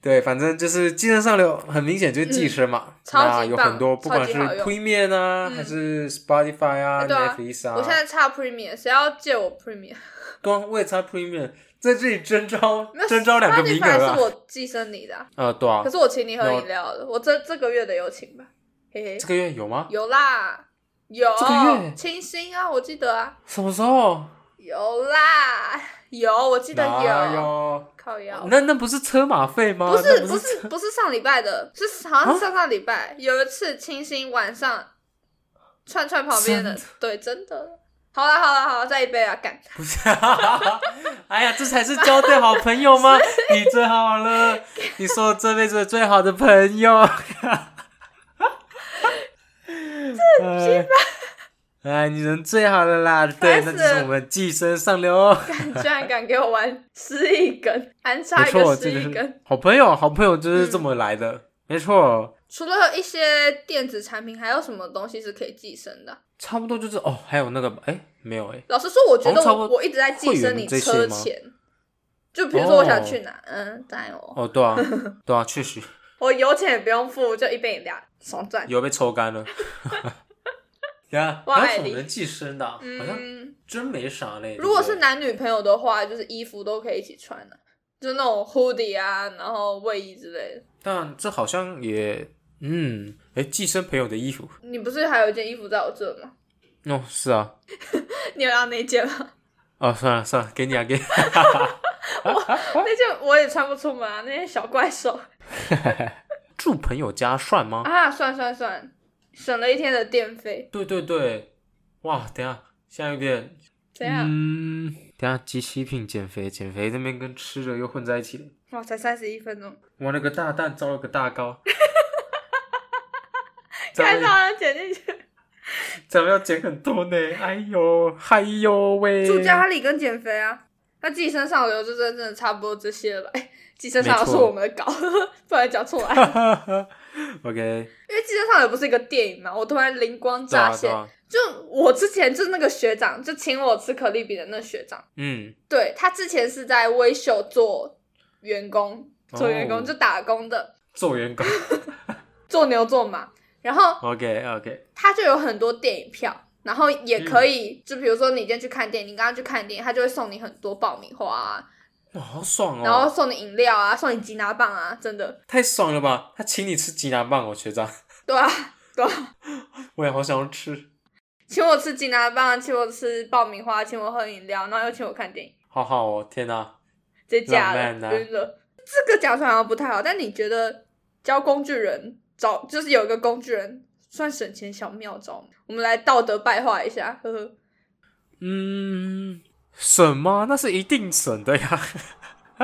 S2: 对，反正就是寄生上流，很明显就是寄生嘛。
S1: 嗯超级
S2: 那有
S1: 棒
S2: 很多，不
S1: 超
S2: 管
S1: 级
S2: 是
S1: 好用
S2: Premium 啊，还
S1: 嗯
S2: 是 Spotify 啊、
S1: 哎对啊
S2: Netflix 啊，
S1: 我现在差 Premium，谁要借我 Premium？
S2: 光为它 Premium 在这里 征招
S1: 没有
S2: 征招两个名额
S1: Spotify
S2: 啊
S1: 是。我寄生你的啊，
S2: 呃，对啊
S1: 可，是我请你喝饮料了，我这这个月的有请吧，嘿嘿
S2: 这，个月有吗？
S1: 有啦，有
S2: 这个月
S1: 清新啊，我记得啊。
S2: 什么时候？
S1: 有啦，有，我记得
S2: 哪
S1: 有。
S2: 有？
S1: 靠腰，
S2: 那那不是车马费吗？
S1: 不
S2: 那
S1: 是
S2: 不啊
S1: 不是不是上礼拜的，是好像是上上礼拜有一次清新晚上串串旁边的
S2: 真，
S1: 对，真的。好啦好啦好啦，再一杯啊， 干！
S2: 不是， 哎呀，这才是交对好朋友 吗？你最好了，你是我这辈子最好的朋友。这 哎，你人最好的啦，对，那
S1: 烦死
S2: 就是我们寄生上 流。哦
S1: 干，居然敢给我玩失忆梗，安插
S2: 没
S1: 一个
S2: 错，这
S1: 失
S2: 就
S1: 忆嗯梗。
S2: 是好朋友，好朋友就是这么来的。没错，
S1: 除了一些电子产品，还有什么东西是可以寄生的？啊
S2: 差不多就是哦，还有那个哎，没有哎，
S1: 老实说，我觉
S2: 好像
S1: 得
S2: 差不
S1: 我
S2: 多
S1: 我一直在寄生你
S2: 会员这些
S1: 车
S2: 吗
S1: 钱，就比如说我想
S2: 哦
S1: 去哪，嗯，当然我
S2: 哦，对啊，对啊，确实
S1: 我油钱也不用付，就一杯饮料，爽赚。
S2: 有被抽干了。 对啊，
S1: 哇
S2: 还有什
S1: 艾
S2: 么
S1: 丽
S2: 能寄生的啊？好像
S1: 嗯，
S2: 真没啥嘞。
S1: 如果是
S2: 对不对
S1: 男女朋友的话，就是衣服都可以一起穿的、就那种 hoodie 啊，然后卫衣之类的。
S2: 但这好像也，嗯，哎，寄生朋友的衣服，
S1: 你不是还有一件衣服在我这吗？
S2: 哦，是啊，
S1: 你有要那件吗？
S2: 哦，算了算了，给你啊，给你，
S1: 那件我也穿不出门啊，那件小怪
S2: 哦
S1: 兽
S2: 住朋友家算吗？
S1: 啊，算算算，省了一天的电费。
S2: 对对对，哇，等一下，现在有点，
S1: 怎样？
S2: 嗯，等一下急需品减肥，减肥这边跟吃的又混在一起了，
S1: 哇，才三十一分钟，
S2: 我了个大蛋，糟了个 大糕，咱
S1: 看上
S2: 们
S1: 了啊剪进去。
S2: 咱们要减很多呢，哎呦，嗨呦喂，
S1: 住家里跟减肥啊，那寄生上流就真的差不多这些了吧？哎寄生上流
S2: 没
S1: 是
S2: 错
S1: 我们的稿， 不然讲错了。
S2: ，OK，
S1: 因为《寄生上流》不是一个电影嘛，我突然灵光
S2: 对
S1: 乍
S2: 啊对
S1: 现，
S2: 啊，
S1: 就我之前就是那个学长，就请我吃可丽饼的那学长，
S2: 嗯，
S1: 对他之前是在微秀做员工，做员工、
S2: 哦
S1: 就打工的，
S2: 做员工
S1: 做牛做马，然后
S2: ，OK OK，
S1: 他就有很多电影票。然后也
S2: 嗯
S1: 可以，就比如说你今天去看电影，你刚刚去看电影，他就会送你很多爆米花啊，
S2: 哇，好爽哦，
S1: 然后送你饮料啊，送你吉拿棒啊，真的，
S2: 太爽了吧！他请你吃吉拿棒哦，学长，
S1: 对啊， 对啊，
S2: 我也好想要吃，
S1: 请我吃吉拿棒，请我吃爆米花，请我喝饮料，然后又请我看电影。
S2: 好好哦，天哪！
S1: 直接嫁
S2: 浪漫
S1: 了，
S2: 啊
S1: 晕了。这个讲出来好像不太好，但你觉得教工具人找就是有一个工具人算省钱小妙招吗？我们来道德败坏一下，呵呵。
S2: 嗯，省吗？那是一定省的呀，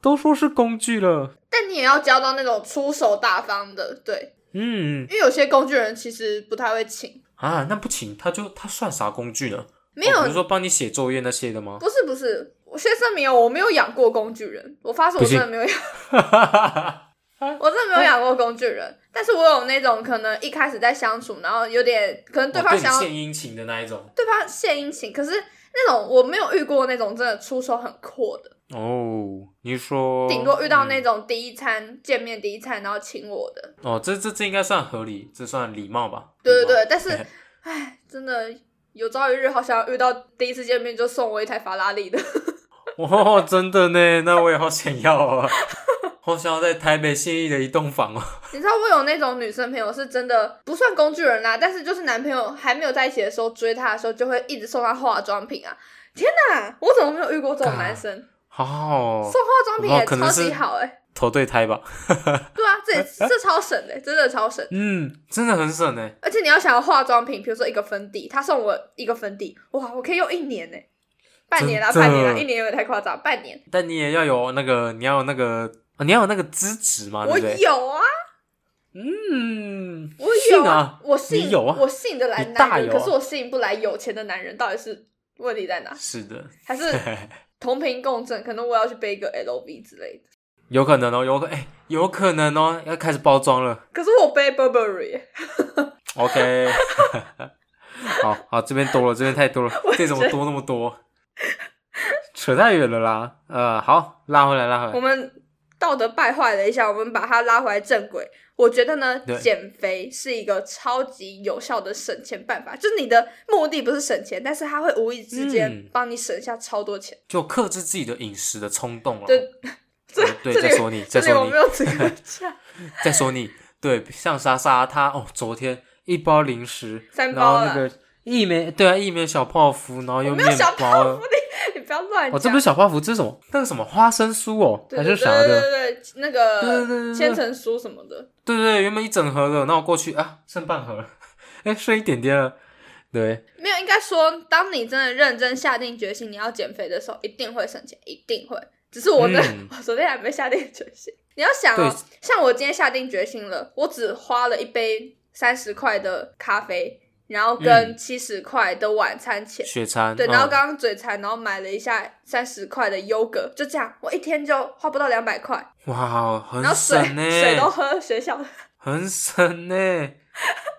S2: 都说是工具了，
S1: 但你也要教到那种出手大方的，对，
S2: 嗯
S1: 因为有些工具人其实不太会请，
S2: 啊，那不请他就他算啥工具呢？
S1: 没有，
S2: 哦比如说帮你写作业那些的吗？
S1: 不是不是，我先声明哦，我没有养过工具人，我发誓我
S2: 不信
S1: 真的没有养， 我真的没有养过工具人，但是我有那种可能一开始在相处，然后有点可能对
S2: 哦
S1: 方
S2: 你
S1: 想要
S2: 献殷勤的那一种，
S1: 对方献殷勤，可是那种我没有遇过那种真的出手很阔的，
S2: 哦，你说
S1: 顶多遇到
S2: 嗯
S1: 那种第一餐见面第一餐然后请我的，
S2: 哦，这这这应该算合理，这算礼貌吧？
S1: 对对
S2: 礼貌
S1: 对，但 是唉，真的有朝一日好想要遇到第一次见面就送我一台法拉利的。
S2: 哦，真的呢，那我也好想要啊， 好想要在台北信义的一栋房哦。
S1: 你知道我有那种女生朋友是真的不算工具人啦，但是就是男朋友还没有在一起的时候追她的时候，就会一直送她化妆品啊。天哪，我怎么没有遇过这种男生？
S2: 好好哦，
S1: 送化妆品
S2: 我不知道
S1: 也
S2: 可能
S1: 超级
S2: 是
S1: 好哎、
S2: 投对胎吧？
S1: 对啊， 这也这超省的、欸真的超省。
S2: 嗯，真的很省呢。
S1: 而且你要想要化妆品，比如说一个粉底，他送我一个粉底，哇，我可以用一年呢、半年啦，啊
S2: 真的
S1: 半年啦，一年有点太夸张，半年。
S2: 但你也要有那个，你要有那个，啊你要有那个资质嘛，对
S1: 我
S2: 不对？
S1: 有啊，
S2: 嗯，
S1: 我有
S2: 信啊，
S1: 我信
S2: 你有啊
S1: 我信得来
S2: 你大
S1: 男人，
S2: 有啊
S1: 可是我吸引不来有钱的男人，到底是问题在哪？
S2: 是的，
S1: 还是同频共振？可能我要去背一个 LV 之类的，
S2: 有可能哦，有可哎、有可能哦，要开始包装了。
S1: 可是我背 Burberry，
S2: OK，好好，这边多了，这边太多了，这怎么多那么多？扯太远了啦。呃，好，拉回来，拉回
S1: 我
S2: 来。
S1: 们道德败坏了一下，我们把它拉回来正轨。我觉得呢
S2: 对，
S1: 减肥是一个超级有效的省钱办法，就是你的目的不是省钱，但是它会无意之间
S2: 嗯
S1: 帮你省下超多钱。
S2: 就克制自己的饮食的冲动了。
S1: 对
S2: 呃 对，
S1: 这里
S2: 再说你，
S1: 这
S2: 再
S1: 里
S2: 说
S1: 我没
S2: 你，
S1: 有资格讲，
S2: 再说你。对，像莎莎她哦，昨天一包零食，
S1: 三
S2: 然后
S1: 包啊
S2: 那
S1: 了
S2: 个一枚对啊，一枚小泡芙，然后又
S1: 我没
S2: 面
S1: 有小
S2: 包
S1: 泡芙，你你不要乱
S2: 哦，这
S1: 讲。
S2: 不是小泡芙，这是什么？那个什么花生酥哦，
S1: 对
S2: 还
S1: 对
S2: 是
S1: 对
S2: 啥的？
S1: 对对，那
S2: 对对对
S1: 个
S2: 对
S1: 千层酥什么的，
S2: 对对对，原本一整盒的，那我过去啊，剩半盒了，哎，剩一点点了。对，
S1: 没有，应该说，当你真的认真下定决心你要减肥的时候，一定会省钱，一定会。只是我呢，
S2: 嗯
S1: 我昨天还没下定决心。你要想哦
S2: 对，
S1: 像我今天下定决心了，我只花了一杯三十块的咖啡，然后跟
S2: 嗯
S1: 七十块的晚餐钱，
S2: 雪餐，
S1: 对，然后
S2: 嗯
S1: 刚刚嘴馋，然后买了一下三十块的优格，就这样，我一天就花不到两百块，
S2: 哇，很
S1: 然后水
S2: 省呢、欸
S1: 水都喝学校的，
S2: 很省呢、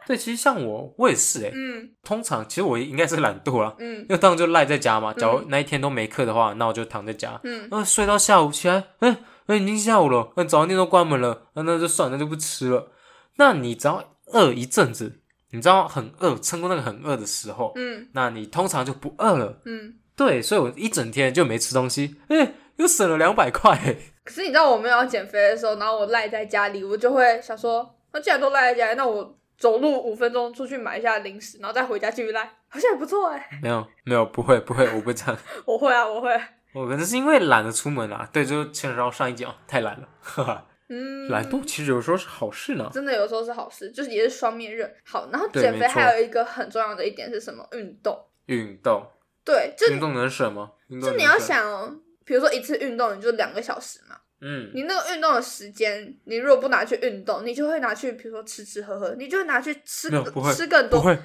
S2: 对，其实像我，我也是哎、
S1: 嗯
S2: 通常其实我应该是懒惰啦，啊
S1: 嗯
S2: 因为当然就赖在家嘛。假如那一天都没课的话，那我就躺在家，
S1: 嗯，
S2: 那、睡到下午起来，嗯、嗯，已经下午了，那、早餐店都关门了，哎那、那就算了，那就不吃了。那你只要饿一阵子，你知道很饿，撑过那个很饿的时候，
S1: 嗯
S2: 那你通常就不饿了。
S1: 嗯。
S2: 对，所以我一整天就没吃东西，哎、又省了两百块、哎
S1: 可是你知道我没有要减肥的时候，然后我赖在家里，我就会想说，那既然都赖在家里，那我走路五分钟出去买一下零食，然后再回家继续赖，好像也不错哎、
S2: 没有，没有，不会，不会，我不会这样。
S1: 我会啊，我会。
S2: 我可能是因为懒得出门啦、啊对，就牵扯到上一集哦，太懒了，哈哈。
S1: 嗯，
S2: 懒惰其实有时候是好事呢。
S1: 真的有时候是好事，就是也是双面刃。好，然后
S2: 对
S1: 减肥
S2: 没错
S1: 还有一个很重要的一点是什么？运动。
S2: 运动，
S1: 对，就
S2: 运动能省吗？运动
S1: 就
S2: 能
S1: 你要
S2: 省，
S1: 想哦，比如说一次运动你就两个小时嘛，
S2: 嗯，
S1: 你那个运动的时间，你如果不拿去运动，你就会拿去，比如说吃吃喝喝，你就会拿去吃
S2: 没有不会
S1: 吃更
S2: 不
S1: 多。
S2: 会，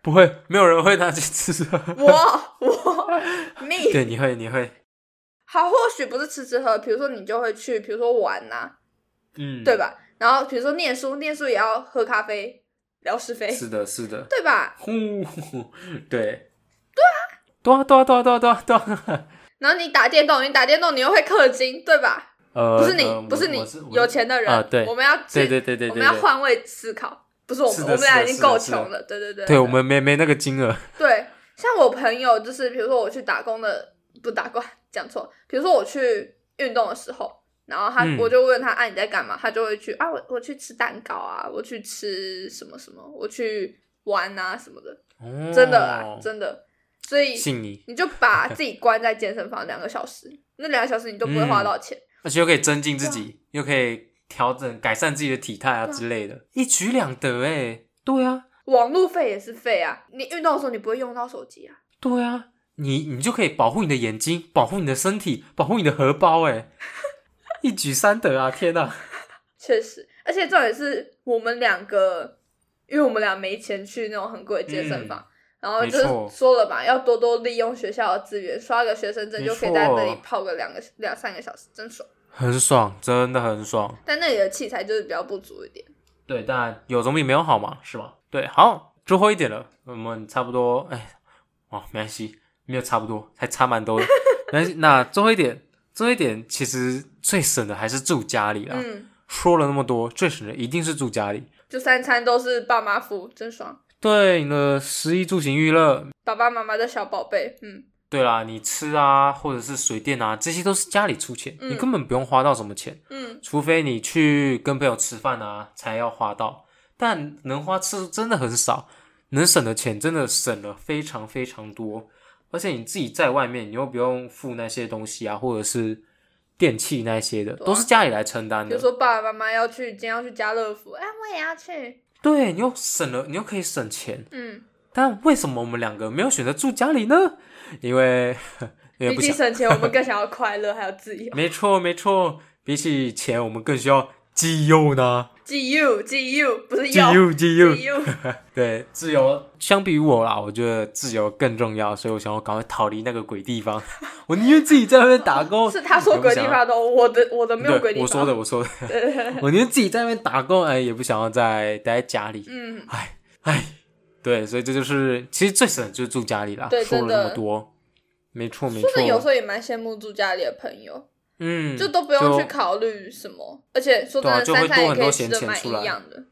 S2: 不会，没有人会拿去吃。
S1: 我 我 me
S2: 对，你会，你会，
S1: 好，或许不是吃吃喝，比如说你就会去，比如说玩呐、
S2: 嗯，
S1: 对？吧？然后比如说念书，念书也要喝咖啡，聊是非，
S2: 是的，是的，
S1: 对吧？
S2: 呼，对，对啊，对啊，对啊，对啊，对啊，对啊。
S1: 然后你打电动，你打电动你又会氪金，对吧？
S2: 呃，
S1: 不是你，
S2: 呃
S1: 不
S2: 我
S1: 你
S2: 我是我
S1: 有
S2: 是
S1: 钱的人，
S2: 啊对
S1: 我们要
S2: 对
S1: 去
S2: 对对对
S1: 我
S2: 对
S1: 们要
S2: 对
S1: 换位思考。不是我
S2: 是
S1: 们，
S2: 的
S1: 我们俩
S2: 是
S1: 已
S2: 的
S1: 经够
S2: 是的
S1: 穷了，对对对，
S2: 对我们没没那个金额，
S1: 对，像我朋友就是，比如说我去打工的，不打工 讲错，比如说我去运动的时候，然后他、
S2: 嗯
S1: 我就问他，啊你在干嘛？他就会去啊我我去吃蛋糕啊，我去吃什么什么，我去玩啊什么的，
S2: 哦
S1: 真的啊，真的，所以
S2: 信你，
S1: 你就把 自己关在健身房两个小时，那两个小时你都不会
S2: 嗯
S1: 花到钱，
S2: 而且又可以增进自己，又可以调整、改善自己的体态啊
S1: 啊对啊
S2: 之类的，一举两得哎。对啊，
S1: 网路费也是费啊，你运动的时候你不会用到手机啊，
S2: 对啊，你你就可以保护你的眼睛，保护你的身体，保护你的荷包哎，一举三得啊！天哪、
S1: 确实，而且重点是我们两个，因为我们俩没钱去那种很贵的健身房，然后就
S2: 嗯没错
S1: 是说了嘛，要多多利用学校的资源，刷个学生证
S2: 没
S1: 就
S2: 错
S1: 可以在那里泡个两个两三个小时，真爽。
S2: 很爽，真的很爽。
S1: 但那里的器材就是比较不足一点。
S2: 对，但有总比没有好嘛，是吧？对，好，最后一点了，我们差不多，哎，哦，没关系，没有差不多，还差蛮多的。没关系，那最后一点，这一点其实最省的还是住家里啦。
S1: 嗯，
S2: 说了那么多，最省的一定是住家里。
S1: 就三餐都是爸妈付，真爽。
S2: 对你的食衣住行娱乐，
S1: 爸爸妈妈的小宝贝，嗯，
S2: 对啦，你吃啊，或者是水电啊，这些都是家里出钱，
S1: 嗯
S2: 你根本不用花到什么钱，
S1: 嗯，
S2: 除非你去跟朋友吃饭啊，才要花到。但能花次数真的很少，能省的钱真的省了非常非常多。而且你自己在外面，你又不用付那些东西啊，或者是电器那些的，
S1: 对啊
S2: 都是家里来承担
S1: 比
S2: 的
S1: 如。说爸爸妈妈要去，今天要去家乐福，哎、我也要去，
S2: 对，你又省了，你又可以省钱。
S1: 嗯，
S2: 但为什么我们两个没有选择住家里呢？因为 因为
S1: 比
S2: 不
S1: 起
S2: 想。
S1: 省钱，我们更想要快乐，还有自由。
S2: 没错，没错。比起钱，我们更需要自由呢。
S1: G U G U 不是
S2: 自
S1: 要
S2: 由，自
S1: G
S2: 由，
S1: U，
S2: 对，自由。相比于我啦，我觉得自由更重要，所以我想要赶快逃离那个鬼地 方。我宁愿自己在外面打工。
S1: 是他说鬼地
S2: 也
S1: 方的，我的我的
S2: 不
S1: 没
S2: 想要，
S1: 有鬼地方。
S2: 对，我说的，，我说的。
S1: 对对 对，
S2: 我宁愿自己在外面打工，哎，也不想要再待在家里。
S1: 嗯，
S2: 哎，对，所以这就是其实最省的就是住家里啦。
S1: 对
S2: 说
S1: 真
S2: 了
S1: 的
S2: 那么多，没错，没
S1: 说真的有时
S2: 错。
S1: 候也蛮羡慕住家里的朋友，
S2: 嗯，
S1: 就都不用
S2: 就
S1: 去考虑什么，而且说真
S2: 对啊
S1: 的，
S2: 就会
S1: 三餐
S2: 多
S1: 也
S2: 很
S1: 可
S2: 多
S1: 以
S2: 闲
S1: 吃的
S2: 钱
S1: 蛮
S2: 出来
S1: 一样的。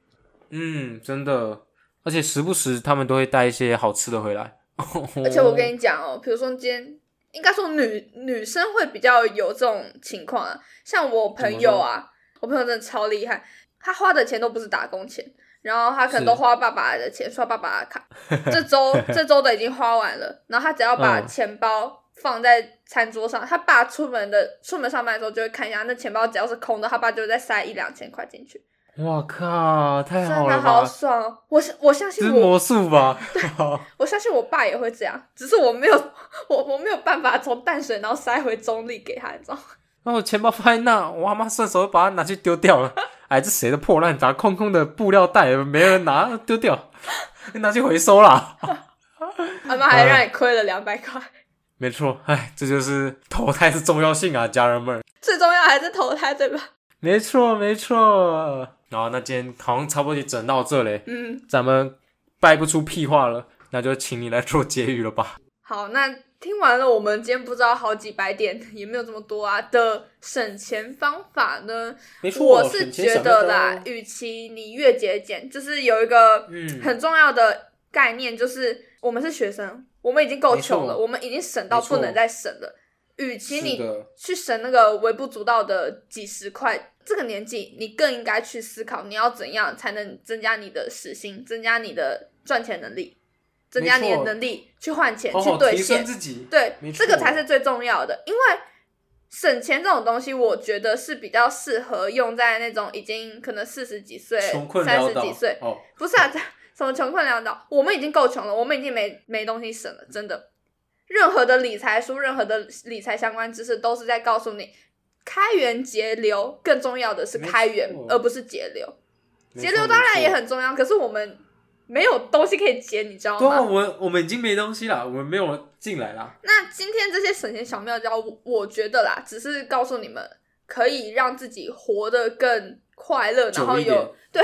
S2: 嗯，真的，而且时不时他们都会带一些好吃的回来。
S1: 而且我跟你讲哦，比如说今天，应该说女女生会比较有这种情况啊。像我朋友啊，我朋友真的超厉害，他花的钱都不是打工钱，然后他可能
S2: 是
S1: 都花爸爸的钱，刷爸爸的 卡。这周这周的已经花完了，然后他只要把
S2: 嗯
S1: 钱包放在餐桌上，他爸出门的出门上班的时候就会看一下，那钱包只要是空的，他爸就会再塞一两千块进去，
S2: 哇靠，太
S1: 真
S2: 好了
S1: 的好
S2: 吧！
S1: 爽哦！我是我相
S2: 这
S1: 信
S2: 是
S1: 我
S2: 魔 术吧？
S1: 我相信我爸也会这样，只是我没有我我没有办法从淡水然后塞回中立给他，你知道吗？
S2: 那我钱包放在那，我阿妈顺手把它拿去丢掉了。哎，这谁的破烂砸空空的布料袋，没人拿，丢掉， 拿去回收啦。
S1: 阿妈还
S2: 嗯
S1: 让你亏了两百块，
S2: 没错，哎，这就是投胎的重要性啊，家人们。
S1: 最重要还是投胎对吧？
S2: 没错，没错。然后那今天好像差不多就整到这嘞，
S1: 嗯，
S2: 咱们掰不出屁话了，那就请你来做结语了吧。
S1: 好，那听完了我们今天不知道好几百点，也没有这么多啊的省钱方法呢，
S2: 没哦错，
S1: 我是
S2: 省钱
S1: 觉
S2: 省
S1: 得
S2: 招
S1: 啦，，与其你越节俭，就是有一个
S2: 嗯，
S1: 很重要的概念，就是我们是学生，我们已经够
S2: 没错
S1: 穷了，我们已经省到
S2: 没错
S1: 不能再省了。与其你
S2: 是的
S1: 去省那个微不足道的几十块，这个年纪你更应该去思考你要怎样才能增加你的时薪，增加你的赚钱能力，增加你
S2: 没
S1: 的
S2: 错
S1: 能力去换钱
S2: 好好
S1: 去兑
S2: 提升
S1: 现。
S2: 自己，
S1: 对
S2: 没，
S1: 这个
S2: 错
S1: 才是最重要的，因为省钱这种东西，我觉得是比较适合用在那种已经可能四十几岁、
S2: 穷困
S1: 三
S2: 潦
S1: 十
S2: 倒
S1: 几岁，
S2: 哦，
S1: 不是啊，这什么穷困潦倒，我们已经够穷了，我们已经没没东西省了，真的。任何的理财书，任何的理财相关知识，都是在告诉你，开源节流，更重要的是
S2: 没
S1: 开源
S2: 错，
S1: 而不是节流。
S2: 没
S1: 节
S2: 错
S1: 流当然也。
S2: 没错
S1: 很重要，可是我们没有东西可以节，你知道
S2: 对啊，
S1: 吗？
S2: 我们我们已经没东西了，我们没有进来啦。
S1: 那今天这些省钱小妙招，我我觉得啦，只是告诉你们，可以让自己活得更快乐，然后
S2: 久一点
S1: 有 对，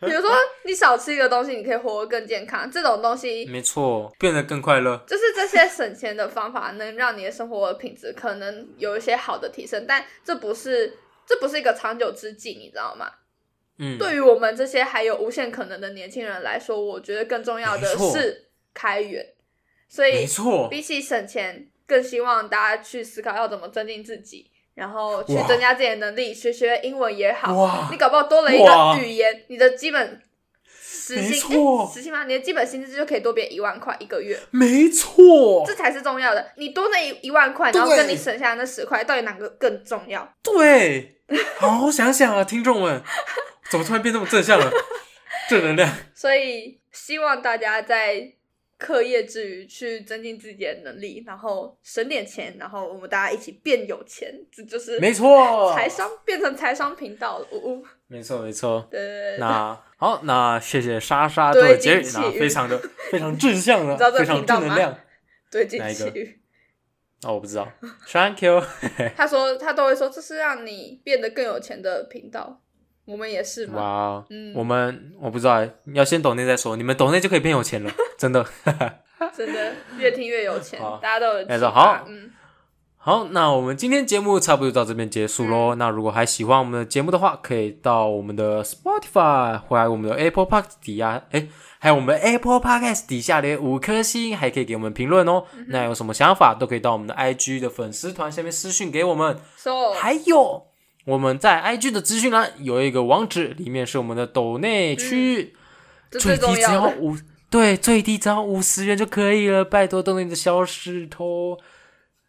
S1: 比如说你少吃一个东西，你可以活得更健康，这种东西。
S2: 没错，变得更快乐。
S1: 就是这些省钱的方法，能让你的生活品质可能有一些好的提升，但这不是这不是一个长久之计，你知道吗？
S2: 嗯，
S1: 对于我们这些还有无限可能的年轻人来说，我觉得更重要的
S2: 没错
S1: 是开源。所以
S2: 没错，
S1: 比起省钱，更希望大家去思考要怎么增进自己，然后去
S2: 哇
S1: 增加自己的能力，学学英文也好。
S2: 哇
S1: 你，搞不好多了一
S2: 哇
S1: 个语言，你的基本时
S2: 没
S1: 薪，
S2: 错
S1: 诶时薪吗？你的基本薪资就可以多变一万块一个月，
S2: 没错
S1: 这，才是重要的。你多那一一万块，然后
S2: 对
S1: 跟你省下那十块，到底哪个更重要？
S2: 对，好好想想啊，听众们，怎么突然变这么正向了？ 正能量，
S1: 所以希望大家在。课业之余去增进自己的能力，然后省点钱，然后我们大家一起变有钱，这就是
S2: 没 错，
S1: 财商变成财商频道了，呜呜，
S2: 没错，没错。
S1: 对对对对，
S2: 那好，那谢谢莎莎
S1: 对
S2: 做的结语
S1: 金，气
S2: 那
S1: 语
S2: 非 常的非常正向
S1: 你知道这
S2: 的，非
S1: 个
S2: 常
S1: 频道
S2: 正能
S1: 吗
S2: 量。
S1: 对近
S2: 哪一
S1: 期
S2: 个哦，我不知道，Thank you。
S1: 他说他都会说这是让你变得更有钱的频道，我们也是嘛，
S2: 哇，哦
S1: 嗯
S2: 我们我不知道欸，要先抖内再说，你们抖内就可以变有钱了，真的。
S1: 真的越听越有钱
S2: 好，
S1: 大家都有
S2: 那
S1: 启
S2: 就
S1: 发
S2: 好
S1: 嗯，
S2: 好，那我们今天节目差不多到这边结束喽。那如果还喜欢我们的节目的话，可以到我们的 Spotify 或者我们的 Apple Park 底下，哎，还有我们 Apple Podcast 底下的五颗星，还可以给我们评论哦。那有什么想法都可以到我们的 IG 的粉丝团下面私讯给我们。
S1: So，
S2: 还有我们在 IG 的资讯栏有一个网址，里面是我们的抖内区，
S1: 这
S2: 最
S1: 最
S2: 低
S1: 重
S2: 只
S1: 要
S2: 要
S1: 的。
S2: 五，对，最低只要五十元就可以了。拜托，动你的小石头。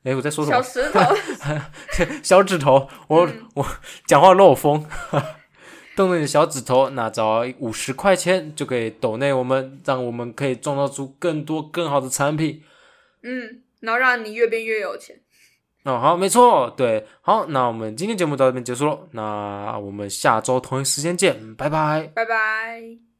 S2: 哎，我在说什
S1: 小嗯
S2: 么？
S1: 石头，
S2: 小指头，我、我讲话漏风， 动动你的小指头，那只要五十块钱就可以抖内我们，让我们可以创造出更多更好的产品。
S1: 嗯，然后让你越变越有钱。
S2: 哦，好，没错，对，好，那我们今天节目到这边结束了，那我们下周同一时间见，拜拜。
S1: 拜拜。